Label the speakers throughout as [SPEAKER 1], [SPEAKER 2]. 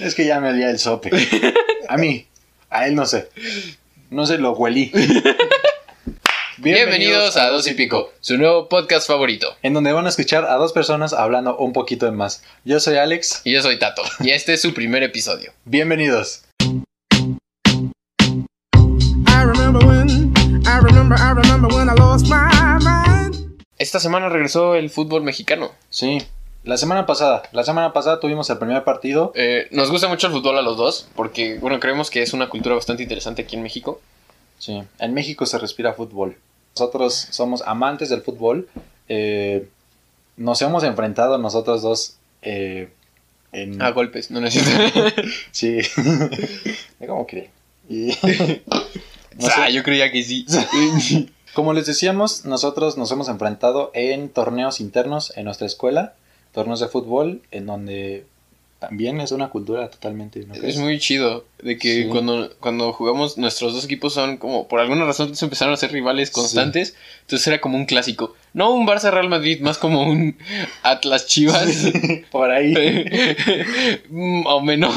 [SPEAKER 1] Es que ya me olía el sope. A mí, a él no sé. No se lo huelí.
[SPEAKER 2] Bienvenidos a Dos y Pico, su nuevo podcast favorito.
[SPEAKER 1] En donde van a escuchar a dos personas hablando un poquito de más. Yo soy Alex.
[SPEAKER 2] Y yo soy Tato, y este es su primer episodio.
[SPEAKER 1] Bienvenidos.
[SPEAKER 3] I remember when, I remember, I remember when I lost my mind.
[SPEAKER 2] Esta semana regresó el fútbol mexicano.
[SPEAKER 1] Sí, la semana pasada. La semana pasada tuvimos el primer partido.
[SPEAKER 2] Eh, nos gusta mucho el fútbol a los dos, porque, bueno, creemos que es una cultura bastante interesante aquí en México.
[SPEAKER 1] Sí, en México se respira fútbol. Nosotros somos amantes del fútbol. Eh, nos hemos enfrentado nosotros dos eh, en...
[SPEAKER 2] A golpes, no necesito.
[SPEAKER 1] Sí. ¿Cómo cree? Y... No sé.
[SPEAKER 2] ah, yo creía que sí.
[SPEAKER 1] Como les decíamos, nosotros nos hemos enfrentado en torneos internos en nuestra escuela, torneos de fútbol, en donde también es una cultura totalmente... ¿no crees?
[SPEAKER 2] Es muy chido de que
[SPEAKER 1] Sí.
[SPEAKER 2] cuando, cuando jugamos nuestros dos equipos son como, por alguna razón se empezaron a ser rivales constantes, entonces era como un clásico. No un Barça Real Madrid, más como un Atlas Chivas.
[SPEAKER 1] Por ahí,
[SPEAKER 2] Mm, o menor.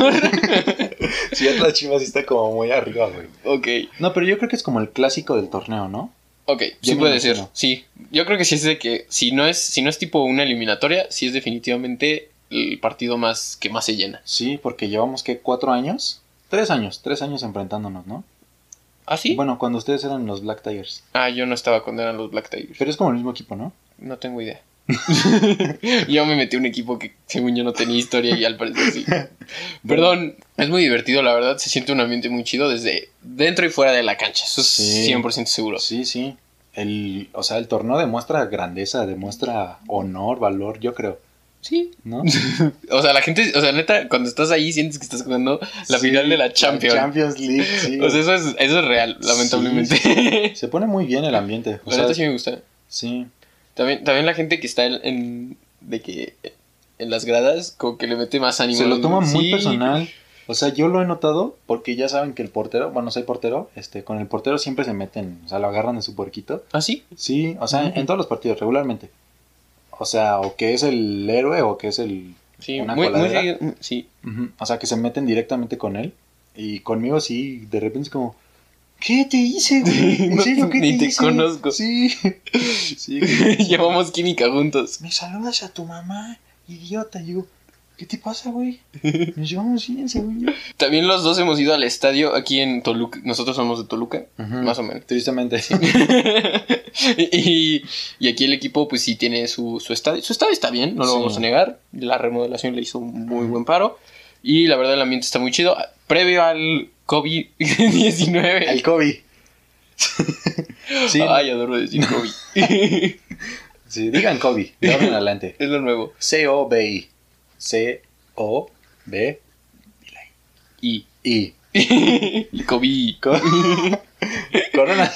[SPEAKER 1] si Atlas Chivas está como muy arriba, güey.
[SPEAKER 2] ok,
[SPEAKER 1] No, pero yo creo que es como el clásico del torneo, ¿no?
[SPEAKER 2] ok, sí
[SPEAKER 1] me
[SPEAKER 2] puede ser.
[SPEAKER 1] imagino.
[SPEAKER 2] Sí, yo creo que sí es de que si no es, si no es tipo una eliminatoria, sí es definitivamente el partido más que más se llena.
[SPEAKER 1] Sí, porque llevamos, ¿qué? ¿Cuatro años? Tres años, tres años enfrentándonos, ¿no?
[SPEAKER 2] ¿Ah, sí?
[SPEAKER 1] Bueno, cuando ustedes eran los Black Tigers.
[SPEAKER 2] Ah, yo no estaba cuando eran los Black Tigers.
[SPEAKER 1] Pero es como el mismo equipo, ¿no?
[SPEAKER 2] No tengo idea. yo me metí a un equipo que según yo no tenía historia y al parecer sí. Perdón, es muy divertido, la verdad. Se siente un ambiente muy chido desde dentro y fuera de la cancha. Eso es
[SPEAKER 1] Sí.
[SPEAKER 2] 100% seguro.
[SPEAKER 1] Sí, sí. El, o sea, el torneo demuestra grandeza, demuestra honor, valor, yo creo,
[SPEAKER 2] Sí.
[SPEAKER 1] ¿no?
[SPEAKER 2] O sea, la gente, o sea, neta, cuando estás ahí sientes que estás jugando la
[SPEAKER 1] Sí,
[SPEAKER 2] final de la Champions.
[SPEAKER 1] Champions League, sí.
[SPEAKER 2] O sea, eso es, eso es real,
[SPEAKER 1] Sí.
[SPEAKER 2] lamentablemente.
[SPEAKER 1] se pone muy bien el ambiente. o
[SPEAKER 2] la
[SPEAKER 1] sea,
[SPEAKER 2] neta sí me gusta.
[SPEAKER 1] sí.
[SPEAKER 2] También, también la gente que está en, en- de que en las gradas, como que le mete más ánimo.
[SPEAKER 1] Se lo toma muy
[SPEAKER 2] Sí.
[SPEAKER 1] personal. O sea, yo lo he notado porque ya saben que el portero, bueno, soy portero, este, con el portero siempre se meten, o sea, lo agarran de su puerquito.
[SPEAKER 2] ¿Ah, sí?
[SPEAKER 1] Sí, o sea, en, en todos los partidos, regularmente. O sea, o que es el héroe o que es el...
[SPEAKER 2] Sí,
[SPEAKER 1] Una
[SPEAKER 2] muy, muy
[SPEAKER 1] coladera.
[SPEAKER 2] seguido, mm, Sí.
[SPEAKER 1] Ujú, O sea, que se meten directamente con él. Y conmigo sí, de repente es como... ¿Qué te hice, güey? ¿En
[SPEAKER 2] No,
[SPEAKER 1] serio qué
[SPEAKER 2] ni
[SPEAKER 1] te,
[SPEAKER 2] te
[SPEAKER 1] hice?"
[SPEAKER 2] conozco.
[SPEAKER 1] Sí. sí.
[SPEAKER 2] Llevamos química juntos.
[SPEAKER 1] Me saludas a tu mamá, idiota. Y yo, ¿qué te pasa, güey? Nos llevamos bien, según yo.
[SPEAKER 2] También los dos hemos ido al estadio aquí en Toluca. Nosotros somos de Toluca,
[SPEAKER 1] Mm.
[SPEAKER 2] más o menos.
[SPEAKER 1] Tristemente.
[SPEAKER 2] y, y aquí el equipo, pues sí tiene su, su estadio. Su estadio está bien, no lo
[SPEAKER 1] Sí. Mm.
[SPEAKER 2] vamos a negar. La remodelación le hizo un muy buen paro. Y la verdad, el ambiente está muy chido. Previo al
[SPEAKER 1] El
[SPEAKER 2] COVID-19.
[SPEAKER 1] Kobe. sí,
[SPEAKER 2] Ay, adoro decir COVID.
[SPEAKER 1] sí, digan Kobe. De ahora en adelante.
[SPEAKER 2] es lo nuevo.
[SPEAKER 1] C-O-B-I. C-O-B-I.
[SPEAKER 2] Y. El COVID.
[SPEAKER 1] Co- Corona.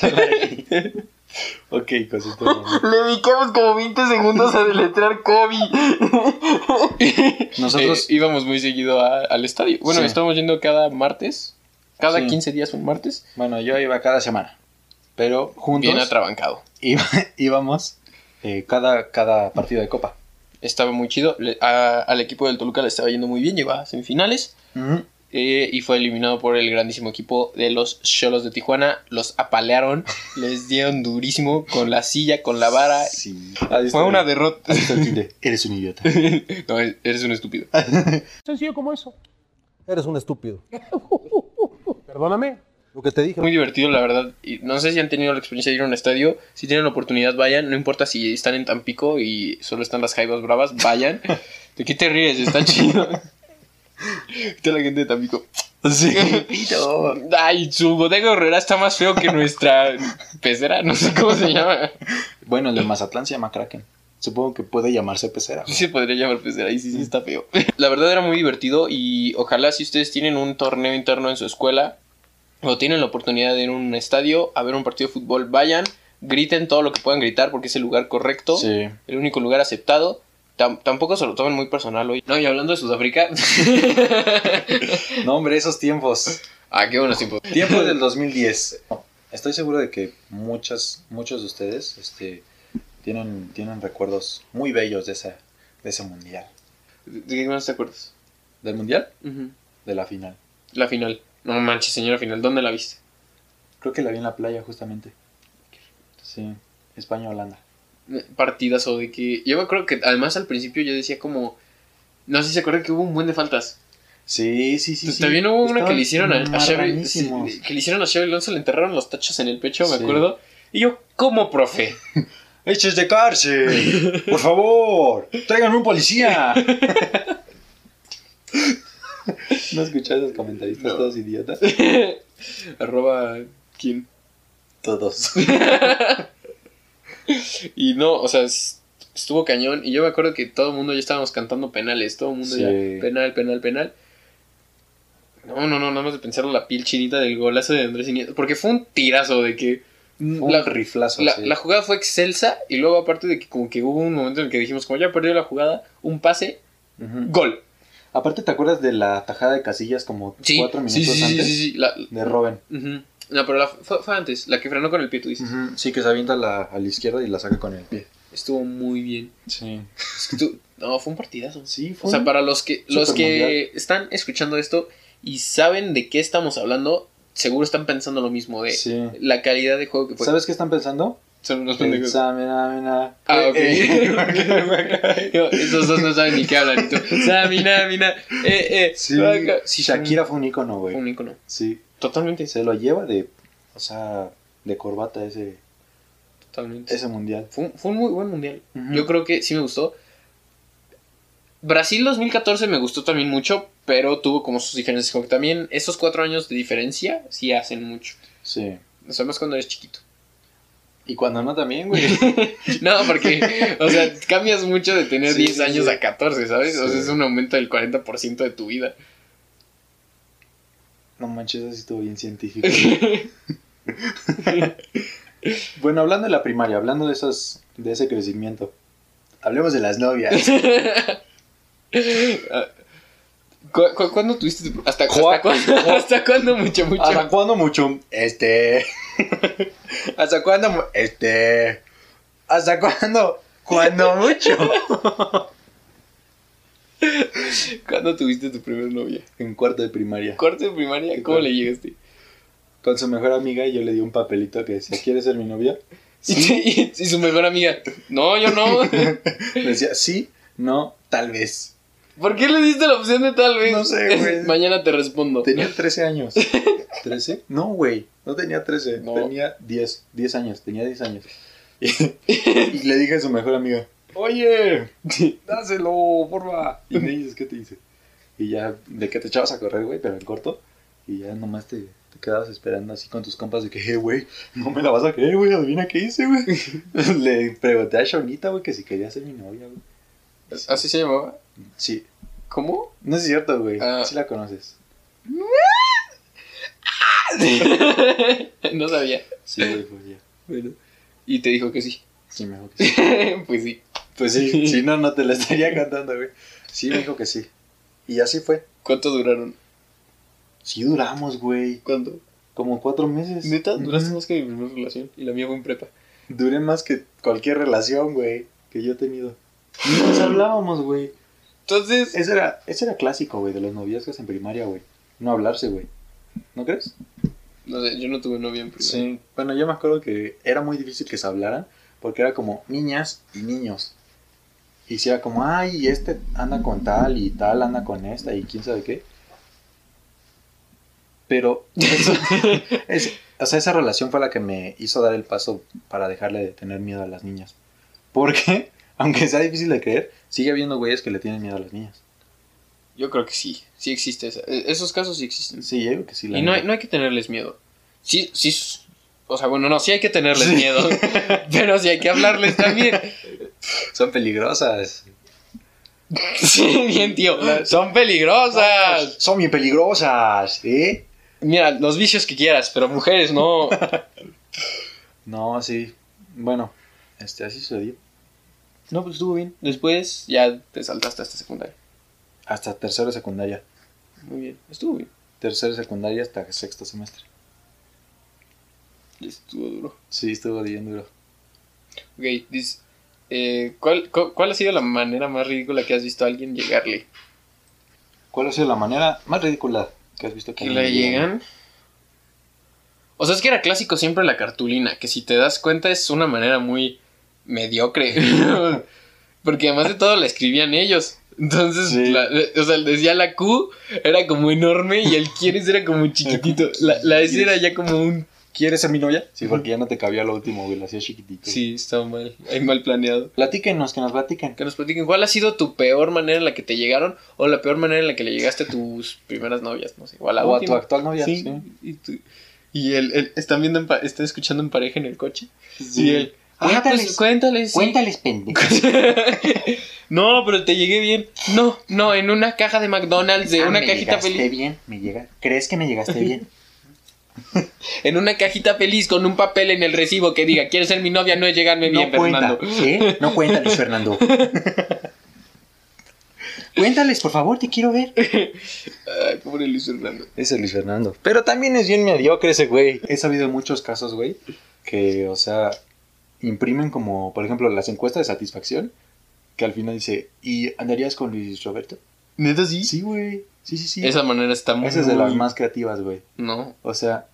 [SPEAKER 1] ok, cosita.
[SPEAKER 2] Le dedicamos como 20 segundos a deletrear COVID.
[SPEAKER 1] Nosotros-
[SPEAKER 2] Eh, íbamos muy seguido a- al estadio. Bueno,
[SPEAKER 1] Sí.
[SPEAKER 2] estamos yendo cada martes. Cada
[SPEAKER 1] Sí.
[SPEAKER 2] 15 días un martes.
[SPEAKER 1] Bueno, yo iba cada semana. Pero
[SPEAKER 2] Bien
[SPEAKER 1] juntos
[SPEAKER 2] atrabancado.
[SPEAKER 1] iba- íbamos eh, cada, cada partido de copa.
[SPEAKER 2] Estaba muy chido. Le- a- al equipo del Toluca le estaba yendo muy bien. Llegó a semifinales.
[SPEAKER 1] Ujú.
[SPEAKER 2] eh, y fue eliminado por el grandísimo equipo de los Cholos de Tijuana. Los apalearon. les dieron durísimo con la silla, con la vara.
[SPEAKER 1] Sí.
[SPEAKER 2] Fue una derrota.
[SPEAKER 1] Eres un idiota.
[SPEAKER 2] no, eres un estúpido.
[SPEAKER 3] Sencillo como eso.
[SPEAKER 4] Eres un estúpido.
[SPEAKER 3] Perdóname.
[SPEAKER 4] Lo que te dije.
[SPEAKER 2] Muy divertido, la verdad. Y no sé si han tenido la experiencia de ir a un estadio. Si tienen la oportunidad, vayan. No importa si están en Tampico y solo están las jaivas bravas, vayan. ¿De qué te ríes? Está chido. Toda la gente de Tampico.
[SPEAKER 1] Sí.
[SPEAKER 2] Ay, su bodega horrera está más feo que nuestra pecera. No sé cómo se llama.
[SPEAKER 1] Bueno, el de Mazatlán se llama Kraken. Supongo que puede llamarse pecera.
[SPEAKER 2] Sí
[SPEAKER 1] güey.
[SPEAKER 2] se podría llamar pecera y sí, sí está feo. La verdad era muy divertido y ojalá si ustedes tienen un torneo interno en su escuela o tienen la oportunidad de ir a un estadio a ver un partido de fútbol, vayan, griten todo lo que puedan gritar porque es el lugar correcto,
[SPEAKER 1] Sí.
[SPEAKER 2] el único lugar aceptado. Tam- tampoco se lo tomen muy personal hoy. No, y hablando de Sudáfrica.
[SPEAKER 1] No, hombre, esos tiempos.
[SPEAKER 2] ah, qué buenos tiempos.
[SPEAKER 1] Tiempos del 2010. Estoy seguro de que muchas, muchos de ustedes este, tienen, tienen recuerdos muy bellos de, esa, de ese mundial.
[SPEAKER 2] ¿De qué más te acuerdas?
[SPEAKER 1] ¿Del mundial? de la final.
[SPEAKER 2] La final. No manches, señora final. ¿Dónde la viste?
[SPEAKER 1] Creo que la vi en la playa, justamente. Sí, España-Holanda.
[SPEAKER 2] partidas o de que. Yo me acuerdo que además al principio yo decía como. No sé si se acuerdan que hubo un buen de faltas.
[SPEAKER 1] Sí, sí, sí. sí.
[SPEAKER 2] Pues También hubo una que
[SPEAKER 1] Estaban
[SPEAKER 2] le hicieron a, a Xavi.
[SPEAKER 1] marranísimos.
[SPEAKER 2] sí, Que le hicieron a Xavi Alonso, le enterraron los tachos en el pecho, me
[SPEAKER 1] Sí.
[SPEAKER 2] acuerdo. Y yo, ¿cómo, profe?
[SPEAKER 1] ¡Hechos de cárcel! ¡Por favor! ¡Tráiganme un policía! ¿No escuchas los comentaristas
[SPEAKER 2] No.
[SPEAKER 1] todos idiotas?
[SPEAKER 2] Arroba. ¿Quién?
[SPEAKER 1] Todos.
[SPEAKER 2] Y no, o sea, es- estuvo cañón. Y yo me acuerdo que todo el mundo ya estábamos cantando penales. Todo el mundo
[SPEAKER 1] Sí.
[SPEAKER 2] ya. Penal, penal, penal. No, no, no, nada más de pensar la piel chinita del golazo de Andrés Iniesta. Porque fue un tirazo de que.
[SPEAKER 1] Un
[SPEAKER 2] La-
[SPEAKER 1] riflazo.
[SPEAKER 2] La,
[SPEAKER 1] sí.
[SPEAKER 2] la jugada fue excelsa y luego aparte de que como que hubo un momento en el que dijimos como ya perdió la jugada, un pase,
[SPEAKER 1] Ujú.
[SPEAKER 2] gol.
[SPEAKER 1] Aparte, ¿te acuerdas de la tajada de casillas como
[SPEAKER 2] Sí,
[SPEAKER 1] cuatro minutos
[SPEAKER 2] sí, sí, sí,
[SPEAKER 1] antes?
[SPEAKER 2] sí, sí, la-
[SPEAKER 1] De Robin.
[SPEAKER 2] ujú. No, pero la, fue, fue antes, la que frenó con el pie, tú dices.
[SPEAKER 1] Ujú, Sí, que se avienta la- a la izquierda y la saca con el pie.
[SPEAKER 2] Estuvo muy bien.
[SPEAKER 1] Sí.
[SPEAKER 2] Es que tú- no, fue un partidazo.
[SPEAKER 1] Sí, fue.
[SPEAKER 2] O sea,
[SPEAKER 1] un-
[SPEAKER 2] para los que, los que
[SPEAKER 1] Supermundial.
[SPEAKER 2] están escuchando esto y saben de qué estamos hablando, seguro están pensando lo mismo de
[SPEAKER 1] Sí.
[SPEAKER 2] la calidad de juego que fue.
[SPEAKER 1] ¿Sabes qué están pensando?
[SPEAKER 2] Son unos Pues- pendejos.
[SPEAKER 1] Examina,
[SPEAKER 2] Ah, ok.
[SPEAKER 1] Eh,
[SPEAKER 2] Yo, Esos dos no saben ni qué hablan. y tú, Samina, mina, eh, eh.
[SPEAKER 1] Sí,
[SPEAKER 2] acá". Sí,
[SPEAKER 1] Shakira fue un ícono,
[SPEAKER 2] fue
[SPEAKER 1] güey.
[SPEAKER 2] Un ícono.
[SPEAKER 1] Sí.
[SPEAKER 2] Totalmente,
[SPEAKER 1] Se lo lleva de, o sea, de corbata ese,
[SPEAKER 2] totalmente.
[SPEAKER 1] ese mundial.
[SPEAKER 2] Fue, un- fue un muy buen mundial. Yo creo que sí me gustó. Brasil 2014 me gustó también mucho, pero tuvo como sus diferencias. Como que también esos cuatro años de diferencia sí hacen mucho.
[SPEAKER 1] Sí.
[SPEAKER 2] O sea, más cuando eres chiquito.
[SPEAKER 1] Y cuando no también, güey.
[SPEAKER 2] No, porque, o sea, cambias mucho de tener
[SPEAKER 1] Sí,
[SPEAKER 2] 10
[SPEAKER 1] sí,
[SPEAKER 2] años
[SPEAKER 1] sí.
[SPEAKER 2] a 14, ¿sabes? O sea,
[SPEAKER 1] Sí.
[SPEAKER 2] es un aumento del 40% de tu vida.
[SPEAKER 1] No manches, así estuvo bien científico. güey. bueno, hablando de la primaria, hablando de esos, de ese crecimiento. Hablemos de las novias.
[SPEAKER 2] ¿Cu- cu- cuándo tuviste tu- hasta,
[SPEAKER 1] ¿Cuá-
[SPEAKER 2] hasta cuándo? ¿Hasta cuándo? Mucho, mucho.
[SPEAKER 1] ¿Hasta cuándo mucho? Este. ¿Hasta cuándo? mu- Este. ¿Hasta cuándo? Cuando mucho.
[SPEAKER 2] ¿Cuándo tuviste tu primer novia?
[SPEAKER 1] En cuarto de primaria.
[SPEAKER 2] ¿Cuarto de primaria?
[SPEAKER 1] Sí,
[SPEAKER 2] ¿Cómo
[SPEAKER 1] claro.
[SPEAKER 2] le llegaste?
[SPEAKER 1] Con su mejor amiga y yo le di un papelito que decía, ¿quieres ser mi novia?
[SPEAKER 2] Y, y su mejor amiga, no, yo no.
[SPEAKER 1] Me decía, sí, no, tal vez.
[SPEAKER 2] ¿Por qué le diste la opción de tal vez?
[SPEAKER 1] No sé, güey.
[SPEAKER 2] Mañana te respondo.
[SPEAKER 1] Tenía 13 años. ¿13? No, güey. No tenía 13.
[SPEAKER 2] No.
[SPEAKER 1] Tenía 10. 10 años. Tenía 10 años. Y, y le dije a su mejor amiga, oye, dáselo, porfa. Y me dices, ¿qué te dice? Y ya, de que te echabas a correr, güey, pero en corto. Y ya nomás te, te quedabas esperando así con tus compas de que, "Eh, güey, no me la vas a creer, güey, adivina qué hice, güey. Le pregunté a Shonita, güey, que si quería ser mi novia, güey.
[SPEAKER 2] ¿Así se llamaba?
[SPEAKER 1] Sí,
[SPEAKER 2] ¿Cómo?
[SPEAKER 1] No es cierto, güey.
[SPEAKER 2] Ah.
[SPEAKER 1] Sí la conoces.
[SPEAKER 2] no sabía.
[SPEAKER 1] Sí, güey, pues fue ella.
[SPEAKER 2] Bueno. Y te dijo que sí.
[SPEAKER 1] Sí, me dijo que sí.
[SPEAKER 2] pues sí.
[SPEAKER 1] Pues sí, si no, no te la estaría cantando, güey. Sí, me dijo que sí. Y así fue.
[SPEAKER 2] ¿Cuánto duraron?
[SPEAKER 1] Sí duramos, güey.
[SPEAKER 2] ¿Cuánto?
[SPEAKER 1] Como cuatro meses.
[SPEAKER 2] Neta, duraste
[SPEAKER 1] Ujú.
[SPEAKER 2] más que mi primera relación. Y la mía fue en prepa.
[SPEAKER 1] Duré más que cualquier relación, güey, que yo he tenido. Ni nos hablábamos, güey.
[SPEAKER 2] Entonces,
[SPEAKER 1] Ese era, ese era clásico, güey, de los noviazgos en primaria, güey. No hablarse, güey. ¿No crees?
[SPEAKER 2] no sé, yo no tuve novia en primaria.
[SPEAKER 1] Sí, bueno, yo me acuerdo que era muy difícil que se hablaran porque era como niñas y niños. Y si era como, ay, este anda con tal y tal anda con esta y quién sabe qué. Pero, eso- es- o sea, esa relación fue la que me hizo dar el paso para dejarle de tener miedo a las niñas. Porque, aunque sea difícil de creer, sigue habiendo güeyes que le tienen miedo a las niñas.
[SPEAKER 2] Yo creo que sí. Sí existe. esa- e- Esos casos sí existen.
[SPEAKER 1] Sí, yo creo que sí. la
[SPEAKER 2] Y no hay,
[SPEAKER 1] neta.
[SPEAKER 2] no hay que tenerles miedo. Sí, sí. s- O sea, bueno, no, sí hay que tenerles
[SPEAKER 1] Sí.
[SPEAKER 2] miedo. Pero sí hay que hablarles también.
[SPEAKER 1] Son peligrosas.
[SPEAKER 2] Sí, bien, tío. Son peligrosas.
[SPEAKER 1] Son bien peligrosas, ¿eh?
[SPEAKER 2] Mira, los vicios que quieras, pero mujeres no.
[SPEAKER 1] No, sí. Bueno, este, así sucedió.
[SPEAKER 2] No, pues estuvo bien. Después ya te saltaste hasta secundaria.
[SPEAKER 1] Hasta tercero de secundaria.
[SPEAKER 2] Muy bien, estuvo bien.
[SPEAKER 1] Tercero de secundaria hasta sexto semestre.
[SPEAKER 2] Estuvo duro.
[SPEAKER 1] Sí, estuvo bien duro.
[SPEAKER 2] Ok, dice, eh, ¿cuál, cu- ¿cuál ha sido la manera más ridícula que has visto a alguien llegarle?
[SPEAKER 1] ¿Cuál ha sido la manera más ridícula que has visto
[SPEAKER 2] Que le llegan. O sea, es que era clásico siempre la cartulina, que si te das cuenta es una manera muy mediocre. Porque además de todo la escribían ellos. Entonces,
[SPEAKER 1] Sí.
[SPEAKER 2] la- o sea, decía la Q era como enorme y el quieres era como chiquitito. La, la S era ya como un...
[SPEAKER 1] ¿Quieres ser mi novia? Sí, porque ya no te cabía lo último, güey, lo hacía chiquitito.
[SPEAKER 2] Sí, está mal, hay mal planeado.
[SPEAKER 1] Platíquenos, que nos platiquen.
[SPEAKER 2] Que nos platiquen cuál ha sido tu peor manera en la que te llegaron o la peor manera en la que le llegaste a tus primeras novias, no sé, o a la
[SPEAKER 1] o a tu
[SPEAKER 2] última.
[SPEAKER 1] actual novia.
[SPEAKER 2] Sí, Y, tú- y el, el- están viendo en pa- están escuchando en pareja en el coche.
[SPEAKER 1] Sí.
[SPEAKER 2] Y él, ah, pues,
[SPEAKER 1] Cuéntales.
[SPEAKER 2] cuéntales. sí".
[SPEAKER 1] Cuéntales, pendejo.
[SPEAKER 2] no, pero te llegué bien. No, no, en una caja de McDonald's,
[SPEAKER 1] Ah,
[SPEAKER 2] de una
[SPEAKER 1] me
[SPEAKER 2] cajita
[SPEAKER 1] llegaste
[SPEAKER 2] feliz.
[SPEAKER 1] bien, me llega. ¿Crees que me llegaste bien?
[SPEAKER 2] En una cajita feliz con un papel en el recibo que diga, ¿quieres ser mi novia? No es llegarme bien, Fernando.
[SPEAKER 1] ¿eh? No cuenta, Luis Fernando. Cuéntales, por favor, te quiero ver.
[SPEAKER 2] Ay, pobre Luis Fernando.
[SPEAKER 1] Ese es Luis Fernando. Pero también es bien mediocre ese güey. He sabido muchos casos, güey, que, o sea, imprimen como, por ejemplo, las encuestas de satisfacción, que al final dice, ¿y andarías con Luis Roberto?
[SPEAKER 2] ¿Neta sí?
[SPEAKER 1] Sí, güey. Sí, sí, sí.
[SPEAKER 2] Esa manera está muy...
[SPEAKER 1] Esa es de las más creativas, güey.
[SPEAKER 2] No.
[SPEAKER 1] O sea,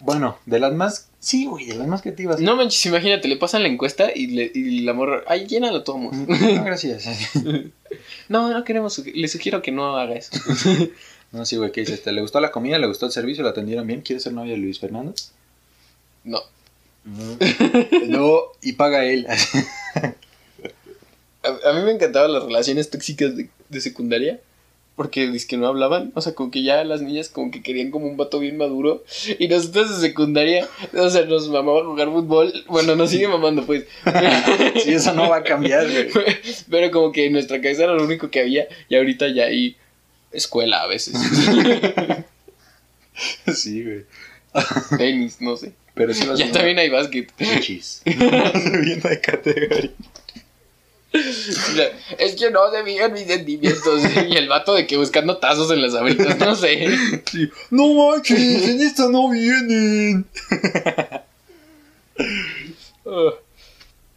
[SPEAKER 1] bueno, de las más... Sí, güey, de las más creativas.
[SPEAKER 2] No manches, imagínate, le pasan la encuesta y, le, y la morra... Ay, llénalo todo, amor".
[SPEAKER 1] No, gracias.
[SPEAKER 2] No, no queremos... sugi- Le sugiero que no haga eso.
[SPEAKER 1] No, sí, güey, ¿qué dices? ¿Te le gustó la comida? ¿Le gustó el servicio? ¿La atendieron bien? ¿Quieres ser novia de Luis Fernando?
[SPEAKER 2] No.
[SPEAKER 1] No. y paga él.
[SPEAKER 2] A, a mí me encantaban las relaciones tóxicas de, de secundaria. Porque es que no hablaban. O sea, como que ya las niñas como que querían como un vato bien maduro. Y nosotros de secundaria, o sea, nos mamaba jugar fútbol. Bueno, nos sigue mamando, pues.
[SPEAKER 1] Sí, eso no va a cambiar, güey.
[SPEAKER 2] Pero como que en nuestra cabeza era lo único que había. Y ahorita ya hay escuela a veces.
[SPEAKER 1] Sí, güey.
[SPEAKER 2] Tenis, no sé.
[SPEAKER 1] Pero sí va a
[SPEAKER 2] Ya también hay básquet.
[SPEAKER 1] Richis. Subiendo de categoría.
[SPEAKER 2] O sea, Es que no se fijan mis sentimientos. Y el vato de que buscando tazos en las abritas, no sé.
[SPEAKER 1] Sí. No manches, en esta no vienen.
[SPEAKER 2] Ah.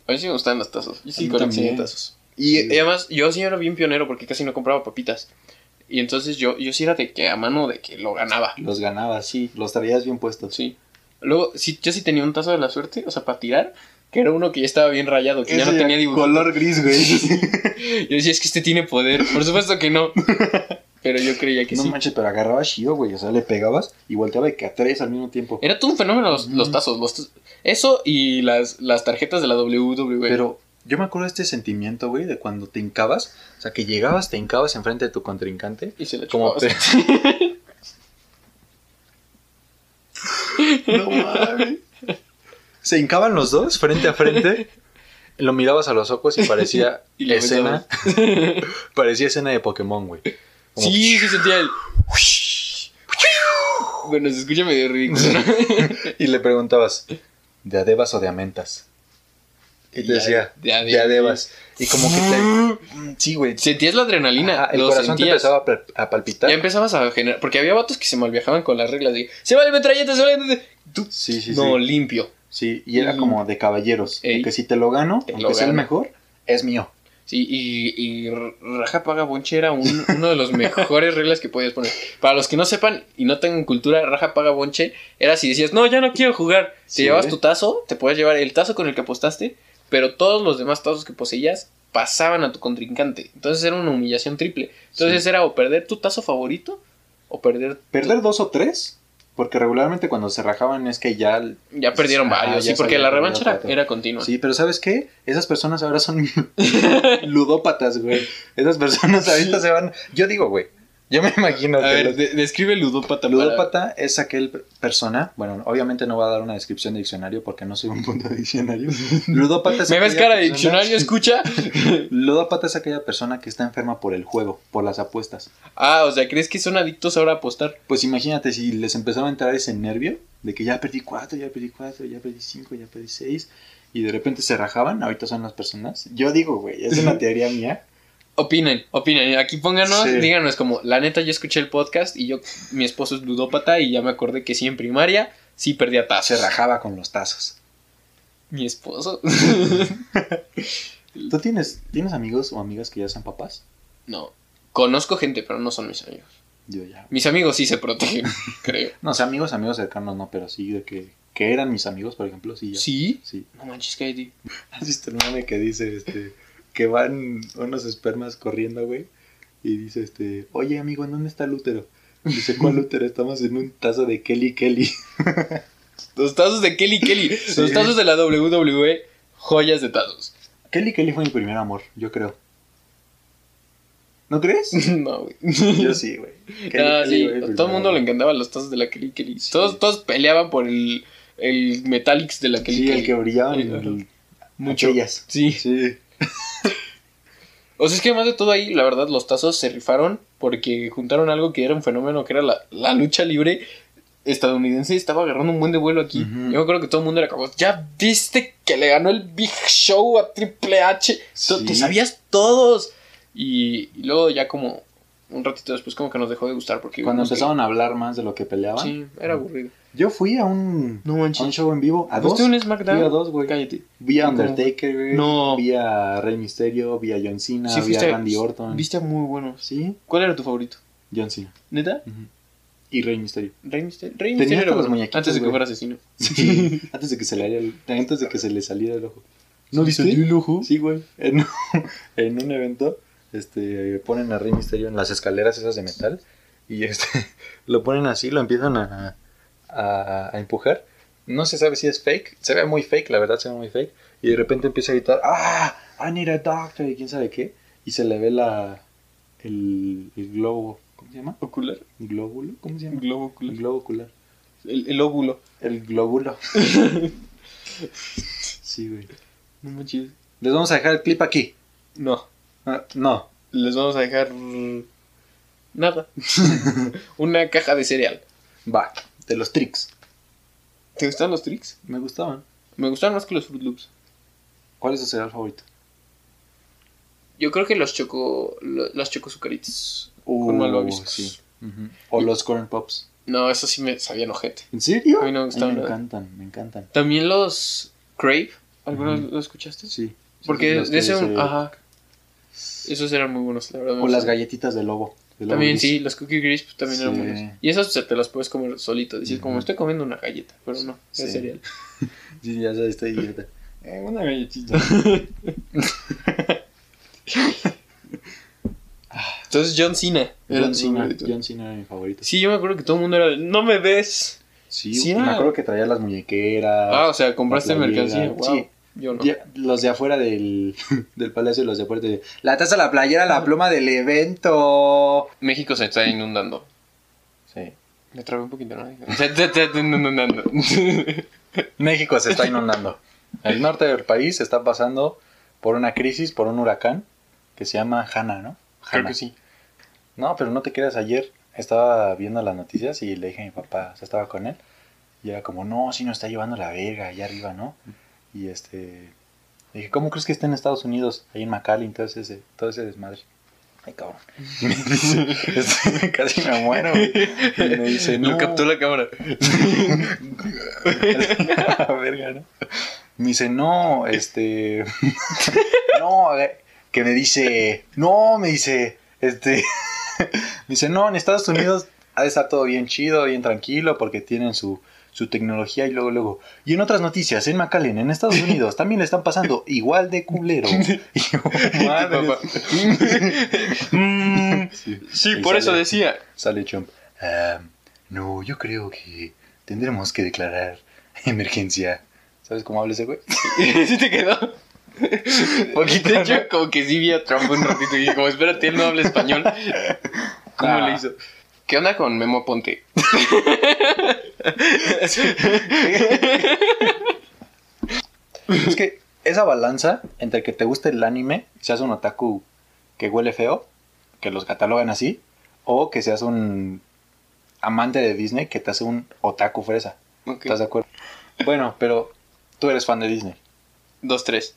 [SPEAKER 2] A mí sí me gustan los tazos. Yo
[SPEAKER 1] A
[SPEAKER 2] sí
[SPEAKER 1] mí
[SPEAKER 2] coleccioné
[SPEAKER 1] también.
[SPEAKER 2] tazos. Y,
[SPEAKER 1] Sí.
[SPEAKER 2] y además, yo sí era bien pionero porque casi no compraba papitas. Y entonces yo, yo sí era de que a mano de que lo ganaba.
[SPEAKER 1] Los ganabas, sí. Los traías bien puestos.
[SPEAKER 2] Sí. Luego, sí, yo sí tenía un tazo de la suerte, o sea, para tirar, que era uno que ya estaba bien rayado, que ya no tenía dibujo.
[SPEAKER 1] Color gris, güey.
[SPEAKER 2] Yo decía, es que este tiene poder. Por supuesto que no. Pero yo creía que
[SPEAKER 1] no
[SPEAKER 2] sí.
[SPEAKER 1] manches, pero agarrabas chido, güey. O sea, le pegabas y volteaba de que a tres al mismo tiempo.
[SPEAKER 2] Era todo un fenómeno los, los tazos. los taz- Eso y las, las tarjetas de la E. WWE.
[SPEAKER 1] Pero yo me acuerdo de este sentimiento, güey, de cuando te hincabas. O sea, que llegabas, te hincabas enfrente de tu contrincante.
[SPEAKER 2] y se la
[SPEAKER 1] Como
[SPEAKER 2] chupabas.
[SPEAKER 1] No mames. Se hincaban los dos frente a frente. Lo mirabas a los ojos y parecía
[SPEAKER 2] Y le
[SPEAKER 1] escena. parecía escena de Pokémon, güey. Como-
[SPEAKER 2] Sí, se sentía el. Bueno, se escucha medio ridículo. ¿no?
[SPEAKER 1] Y le preguntabas, ¿de adebas o de amentas? Y te
[SPEAKER 2] Ya-
[SPEAKER 1] decía,
[SPEAKER 2] de
[SPEAKER 1] de
[SPEAKER 2] ade-
[SPEAKER 1] adebas. Y como que te. Mm, Sí, güey.
[SPEAKER 2] Sentías la adrenalina.
[SPEAKER 1] Ajá, el
[SPEAKER 2] lo
[SPEAKER 1] corazón te
[SPEAKER 2] sentías. Em-
[SPEAKER 1] empezaba a pal- a palpitar.
[SPEAKER 2] Ya empezabas a generar. Porque había vatos que se malviajaban con las reglas de. Se vale metralleta, se vale. metralleta". Tú-
[SPEAKER 1] Sí, sí,
[SPEAKER 2] no,
[SPEAKER 1] sí.
[SPEAKER 2] limpio.
[SPEAKER 1] Sí, y era
[SPEAKER 2] Y-
[SPEAKER 1] como de caballeros. de
[SPEAKER 2] Ey.
[SPEAKER 1] que si te lo gano,
[SPEAKER 2] Te lo
[SPEAKER 1] aunque sea el
[SPEAKER 2] gano.
[SPEAKER 1] mejor, es mío.
[SPEAKER 2] Sí, y, y Raja Paga Bonche era un- uno de los mejores reglas que podías poner. Para los que no sepan y no tengan cultura, Raja Paga Bonche era si decías, no, ya no quiero jugar. Te
[SPEAKER 1] Sí.
[SPEAKER 2] llevabas tu tazo, te podías llevar el tazo con el que apostaste, pero todos los demás tazos que poseías pasaban a tu contrincante. Entonces era una humillación triple. Entonces
[SPEAKER 1] Sí.
[SPEAKER 2] era o perder tu tazo favorito o perder.
[SPEAKER 1] Perder dos o tres, porque regularmente cuando se rajaban es que ya. el-
[SPEAKER 2] Ya perdieron
[SPEAKER 1] Ah,
[SPEAKER 2] varios,
[SPEAKER 1] ya
[SPEAKER 2] sí, porque
[SPEAKER 1] sabía
[SPEAKER 2] la
[SPEAKER 1] perder
[SPEAKER 2] revancha era,
[SPEAKER 1] otro.
[SPEAKER 2] era continua.
[SPEAKER 1] Sí, pero ¿sabes qué? Esas personas ahora son ludópatas, güey. Esas personas ahorita se van. Yo digo, güey. Yo me imagino
[SPEAKER 2] A
[SPEAKER 1] que
[SPEAKER 2] ver,
[SPEAKER 1] los-
[SPEAKER 2] de- describe ludópata. para-
[SPEAKER 1] ludópata es aquel per- persona. Bueno, obviamente no va a dar una descripción de diccionario porque no soy un punto de diccionario. Ludópata es
[SPEAKER 2] ¿Me ves
[SPEAKER 1] aquella
[SPEAKER 2] cara de
[SPEAKER 1] persona-
[SPEAKER 2] diccionario? Escucha.
[SPEAKER 1] Ludópata es aquella persona que está enferma por el juego, por las apuestas.
[SPEAKER 2] Ah, o sea, ¿crees que son adictos ahora a apostar?
[SPEAKER 1] Pues imagínate si les empezaba a entrar ese nervio de que ya perdí cuatro, ya perdí cuatro, ya perdí cinco, ya perdí seis, y de repente se rajaban, ahorita son las personas. Yo digo, güey, es una teoría mía.
[SPEAKER 2] Opinen, opinen. Aquí pónganos,
[SPEAKER 1] Sí.
[SPEAKER 2] díganos como, la neta, yo escuché el podcast y yo, mi esposo es ludópata y ya me acordé que sí en primaria sí perdía
[SPEAKER 1] Se
[SPEAKER 2] tazos.
[SPEAKER 1] rajaba con los tazos.
[SPEAKER 2] Mi esposo.
[SPEAKER 1] ¿Tú tienes, tienes amigos o amigas que ya sean papás?
[SPEAKER 2] no. Conozco gente, pero no son mis amigos.
[SPEAKER 1] Yo ya.
[SPEAKER 2] Mis amigos sí se protegen, creo.
[SPEAKER 1] No, o sea, amigos, amigos cercanos, no, pero sí, de que, que eran mis amigos, por ejemplo, sí. Ya.
[SPEAKER 2] ¿Sí?
[SPEAKER 1] Sí.
[SPEAKER 2] No manches, Katie.
[SPEAKER 1] ¿Has visto el meme que dice, este, que van unos espermas corriendo, güey? Y dice, este, oye, amigo, ¿en dónde está el útero? Dice, ¿cuál útero? Estamos en un tazo de Kelly Kelly.
[SPEAKER 2] Los tazos de Kelly Kelly.
[SPEAKER 1] Sí.
[SPEAKER 2] Los tazos de la WWE. Joyas de tazos.
[SPEAKER 1] Kelly Kelly fue mi primer amor, yo creo. ¿No crees?
[SPEAKER 2] no, güey.
[SPEAKER 1] yo sí, güey.
[SPEAKER 2] Ah, sí,
[SPEAKER 1] güey,
[SPEAKER 2] a
[SPEAKER 1] mi
[SPEAKER 2] todo el
[SPEAKER 1] primer
[SPEAKER 2] mundo
[SPEAKER 1] amor.
[SPEAKER 2] le encantaban los tazos de la Kelly Kelly.
[SPEAKER 1] Sí.
[SPEAKER 2] Todos, todos peleaban por el, el Metallics de la Kelly
[SPEAKER 1] Sí,
[SPEAKER 2] Kelly.
[SPEAKER 1] el que brillaba en
[SPEAKER 2] Ajá.
[SPEAKER 1] el-
[SPEAKER 2] Mucho.
[SPEAKER 1] aquellas.
[SPEAKER 2] Sí.
[SPEAKER 1] Sí.
[SPEAKER 2] O sea, es que además de todo ahí, la verdad, los tazos se rifaron porque juntaron algo que era un fenómeno, que era la, la lucha libre estadounidense. Estaba agarrando un buen de vuelo aquí.
[SPEAKER 1] Ujú.
[SPEAKER 2] Yo creo que todo el mundo era como, ya viste que le ganó el Big Show a Triple H. To-
[SPEAKER 1] Sí.
[SPEAKER 2] Te sabías todos. Y, y luego ya como un ratito después como que nos dejó de gustar porque...
[SPEAKER 1] Cuando
[SPEAKER 2] vimos que-
[SPEAKER 1] empezaron a hablar más de lo que peleaban.
[SPEAKER 2] Sí, era aburrido.
[SPEAKER 1] Yo fui a un,
[SPEAKER 2] No
[SPEAKER 1] a un
[SPEAKER 2] manches.
[SPEAKER 1] show en vivo, a dos.
[SPEAKER 2] ¿Fuiste un
[SPEAKER 1] Fui a
[SPEAKER 2] SmackDown?
[SPEAKER 1] dos, güey.
[SPEAKER 2] Cállate.
[SPEAKER 1] Vi a
[SPEAKER 2] ¿Cómo?
[SPEAKER 1] Undertaker, güey.
[SPEAKER 2] No.
[SPEAKER 1] Vi a Rey Mysterio, vi a John Cena,
[SPEAKER 2] Sí,
[SPEAKER 1] vi a
[SPEAKER 2] fuiste-
[SPEAKER 1] Randy Orton.
[SPEAKER 2] Viste a muy buenos.
[SPEAKER 1] Sí,
[SPEAKER 2] ¿Cuál era tu favorito?
[SPEAKER 1] John Cena.
[SPEAKER 2] ¿Neta?
[SPEAKER 1] Ujú. Y Rey Mysterio.
[SPEAKER 2] Rey Mysterio. Rey
[SPEAKER 1] Tenía
[SPEAKER 2] Mysterio
[SPEAKER 1] hasta
[SPEAKER 2] era
[SPEAKER 1] los
[SPEAKER 2] bueno,
[SPEAKER 1] muñequitos,
[SPEAKER 2] Antes de que
[SPEAKER 1] güey.
[SPEAKER 2] fuera asesino.
[SPEAKER 1] Sí, antes de que se le haya- antes de que se le saliera el ojo. ¿No viste? Sí, güey. En, un- en un evento este ponen a Rey Misterio en las escaleras esas de metal y este lo ponen así, lo empiezan a, a- a empujar. No se sabe si es fake, se ve muy fake, la verdad se ve muy fake y de repente empieza a gritar, "Ah, I need a doctor" y quién sabe qué y se le ve la el, el globo, ¿cómo se llama?
[SPEAKER 2] Ocular.
[SPEAKER 1] ¿Glóbulo? ¿Cómo se llama?
[SPEAKER 2] Globo
[SPEAKER 1] El globo ocular.
[SPEAKER 2] El, el óvulo.
[SPEAKER 1] El glóbulo. sí, güey.
[SPEAKER 2] No manches.
[SPEAKER 1] Les vamos a dejar el clip aquí.
[SPEAKER 2] No.
[SPEAKER 1] Ah, no.
[SPEAKER 2] Les vamos a dejar. mm, Nada. Una caja de cereal.
[SPEAKER 1] Va. De los tricks.
[SPEAKER 2] ¿Te gustan los tricks?
[SPEAKER 1] Me gustaban.
[SPEAKER 2] Me gustan más que los Fruit Loops.
[SPEAKER 1] ¿Cuál es tu cereal favorito?
[SPEAKER 2] Yo creo que los choco. lo- Las choco sucaritas.
[SPEAKER 1] Uh,
[SPEAKER 2] malvaviscos.
[SPEAKER 1] sí. Ujú. O los corn pops.
[SPEAKER 2] No, eso sí me sabían ojete.
[SPEAKER 1] ¿En serio?
[SPEAKER 2] A mí no me gustaban
[SPEAKER 1] me
[SPEAKER 2] nada.
[SPEAKER 1] encantan, me encantan.
[SPEAKER 2] También los Crave. ¿Alguna
[SPEAKER 1] Ujú.
[SPEAKER 2] vez lo escuchaste?
[SPEAKER 1] Sí.
[SPEAKER 2] Porque
[SPEAKER 1] Los
[SPEAKER 2] de
[SPEAKER 1] que
[SPEAKER 2] ese.
[SPEAKER 1] se-
[SPEAKER 2] Ajá. Esos eran muy buenos, la verdad. me
[SPEAKER 1] O las
[SPEAKER 2] gustaban.
[SPEAKER 1] galletitas de lobo. de lobo
[SPEAKER 2] También,
[SPEAKER 1] gris.
[SPEAKER 2] sí, los cookie crisp también eran
[SPEAKER 1] Sí.
[SPEAKER 2] buenos. Y esas pues, te las puedes comer solito. Decir, como
[SPEAKER 1] Ujú.
[SPEAKER 2] estoy comiendo una galleta, pero no,
[SPEAKER 1] Sí.
[SPEAKER 2] es cereal.
[SPEAKER 1] Sí, ya sabes, estoy idiota. Eh, una galletita.
[SPEAKER 2] Entonces, John Cena. era
[SPEAKER 1] John
[SPEAKER 2] tu
[SPEAKER 1] Cena.
[SPEAKER 2] favorito.
[SPEAKER 1] John Cena era mi favorito.
[SPEAKER 2] Sí, yo me acuerdo que todo el mundo era de, no me ves.
[SPEAKER 1] Sí,
[SPEAKER 2] Sí,
[SPEAKER 1] me
[SPEAKER 2] era-
[SPEAKER 1] acuerdo que traía las muñequeras.
[SPEAKER 2] Ah, o sea, compraste
[SPEAKER 1] la playera.
[SPEAKER 2] mercancía. Wow.
[SPEAKER 1] Sí.
[SPEAKER 2] Yo no.
[SPEAKER 1] Ya, los de afuera del, del palacio y los de afuera de- La taza, la playera, la pluma del evento.
[SPEAKER 2] México se está inundando.
[SPEAKER 1] Sí.
[SPEAKER 2] Me trabé un poquito, ¿no? Se se- se está inundando.
[SPEAKER 1] México se está inundando. El norte del país está pasando por una crisis, por un huracán que se llama Hanna, ¿no?
[SPEAKER 2] Creo
[SPEAKER 1] Hanna.
[SPEAKER 2] que sí.
[SPEAKER 1] No, pero no te creas, ayer estaba viendo las noticias y le dije a mi papá, o sea, estaba con él, y era como, no, sí nos está llevando la verga allá arriba, ¿no? Y este, le dije, ¿cómo crees que está en Estados Unidos, ahí en McAllen, todo ese, todo ese desmadre? Ay, cabrón. Y me dice, este, casi me muero. güey. Y me dice, no.
[SPEAKER 2] Lo captó la cámara.
[SPEAKER 1] la verga, ¿no? Me dice, no, este. no, a ver, que me dice. No, me dice, este. me dice, no, en Estados Unidos ha de estar todo bien chido, bien tranquilo, porque tienen su, su tecnología y luego, luego. Y en otras noticias, en McAllen, en Estados Unidos, también le están pasando igual de culero. Y yo, madres.
[SPEAKER 2] papá. Mm,
[SPEAKER 1] Sí.
[SPEAKER 2] sí,
[SPEAKER 1] Y
[SPEAKER 2] por eso
[SPEAKER 1] sale-
[SPEAKER 2] decía.
[SPEAKER 1] Sale Trump. "Ah, no, yo creo que tendremos que declarar emergencia. ¿Sabes cómo habla ese güey?
[SPEAKER 2] ¿Sí te quedó?
[SPEAKER 1] Poquito,
[SPEAKER 2] De hecho,
[SPEAKER 1] ¿no?
[SPEAKER 2] como que sí vi a Trump un ratito y dije, como, espérate, él no habla español. ¿Cómo
[SPEAKER 1] Ah.
[SPEAKER 2] le hizo? ¿Qué onda con Memo Ponte?
[SPEAKER 1] Es que esa balanza entre que te guste el anime, seas un otaku que huele feo, que los catalogan así, o que seas un amante de Disney que te hace un otaku fresa.
[SPEAKER 2] Ok.
[SPEAKER 1] ¿Estás de acuerdo? Bueno, pero tú eres fan de Disney.
[SPEAKER 2] Dos, tres.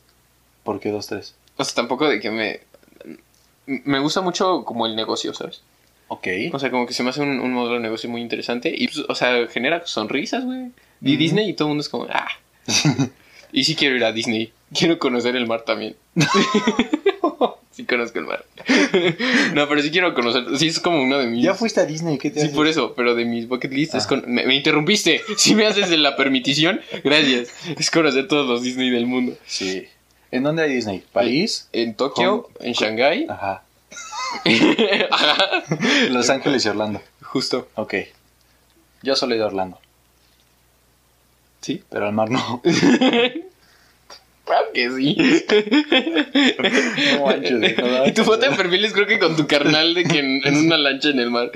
[SPEAKER 1] ¿Por qué dos, tres?
[SPEAKER 2] O sea, tampoco de que me... Me gusta mucho como el negocio, ¿sabes?
[SPEAKER 1] Ok.
[SPEAKER 2] O sea, como que se me hace un, un modelo de negocio muy interesante. Y, pues, o sea, genera sonrisas, güey. Y
[SPEAKER 1] Ujú.
[SPEAKER 2] Disney y todo el mundo es como, ah. y sí quiero ir a Disney. Quiero conocer el mar también. Sí conozco el mar. no, pero sí quiero conocer. Sí, es como uno de mis.
[SPEAKER 1] Ya fuiste a Disney, ¿qué te
[SPEAKER 2] Sí,
[SPEAKER 1] hace?
[SPEAKER 2] por eso, pero de mis bucket list es
[SPEAKER 1] Ah.
[SPEAKER 2] con... Me, me interrumpiste. Si me haces de la permitición, gracias. Es conocer todos los Disney del mundo.
[SPEAKER 1] Sí. ¿En dónde hay Disney? ¿París?
[SPEAKER 2] En Tokio, en Shanghái.
[SPEAKER 1] Ajá.
[SPEAKER 2] Ajá.
[SPEAKER 1] Los Ángeles y Orlando.
[SPEAKER 2] Justo.
[SPEAKER 1] Ok. Yo solo he ido a Orlando,
[SPEAKER 2] Sí.
[SPEAKER 1] pero al mar no.
[SPEAKER 2] Claro que sí.
[SPEAKER 1] No manches, no
[SPEAKER 2] y tu foto de
[SPEAKER 1] manches.
[SPEAKER 2] perfil es creo que con tu carnal de que en, en una lancha en el mar.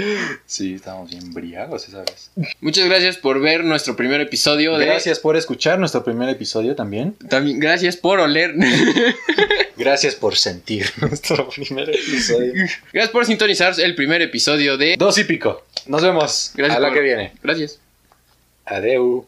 [SPEAKER 1] Sí, estábamos bien briagos esa vez.
[SPEAKER 2] Muchas gracias por ver nuestro primer episodio de...
[SPEAKER 1] Gracias por escuchar nuestro primer episodio también.
[SPEAKER 2] También gracias por oler.
[SPEAKER 1] Gracias por sentir nuestro primer episodio.
[SPEAKER 2] gracias por sintonizar el primer episodio de...
[SPEAKER 1] Dos y pico. Nos vemos.
[SPEAKER 2] Gracias
[SPEAKER 1] a la
[SPEAKER 2] por-
[SPEAKER 1] que viene.
[SPEAKER 2] Gracias.
[SPEAKER 1] Adeu.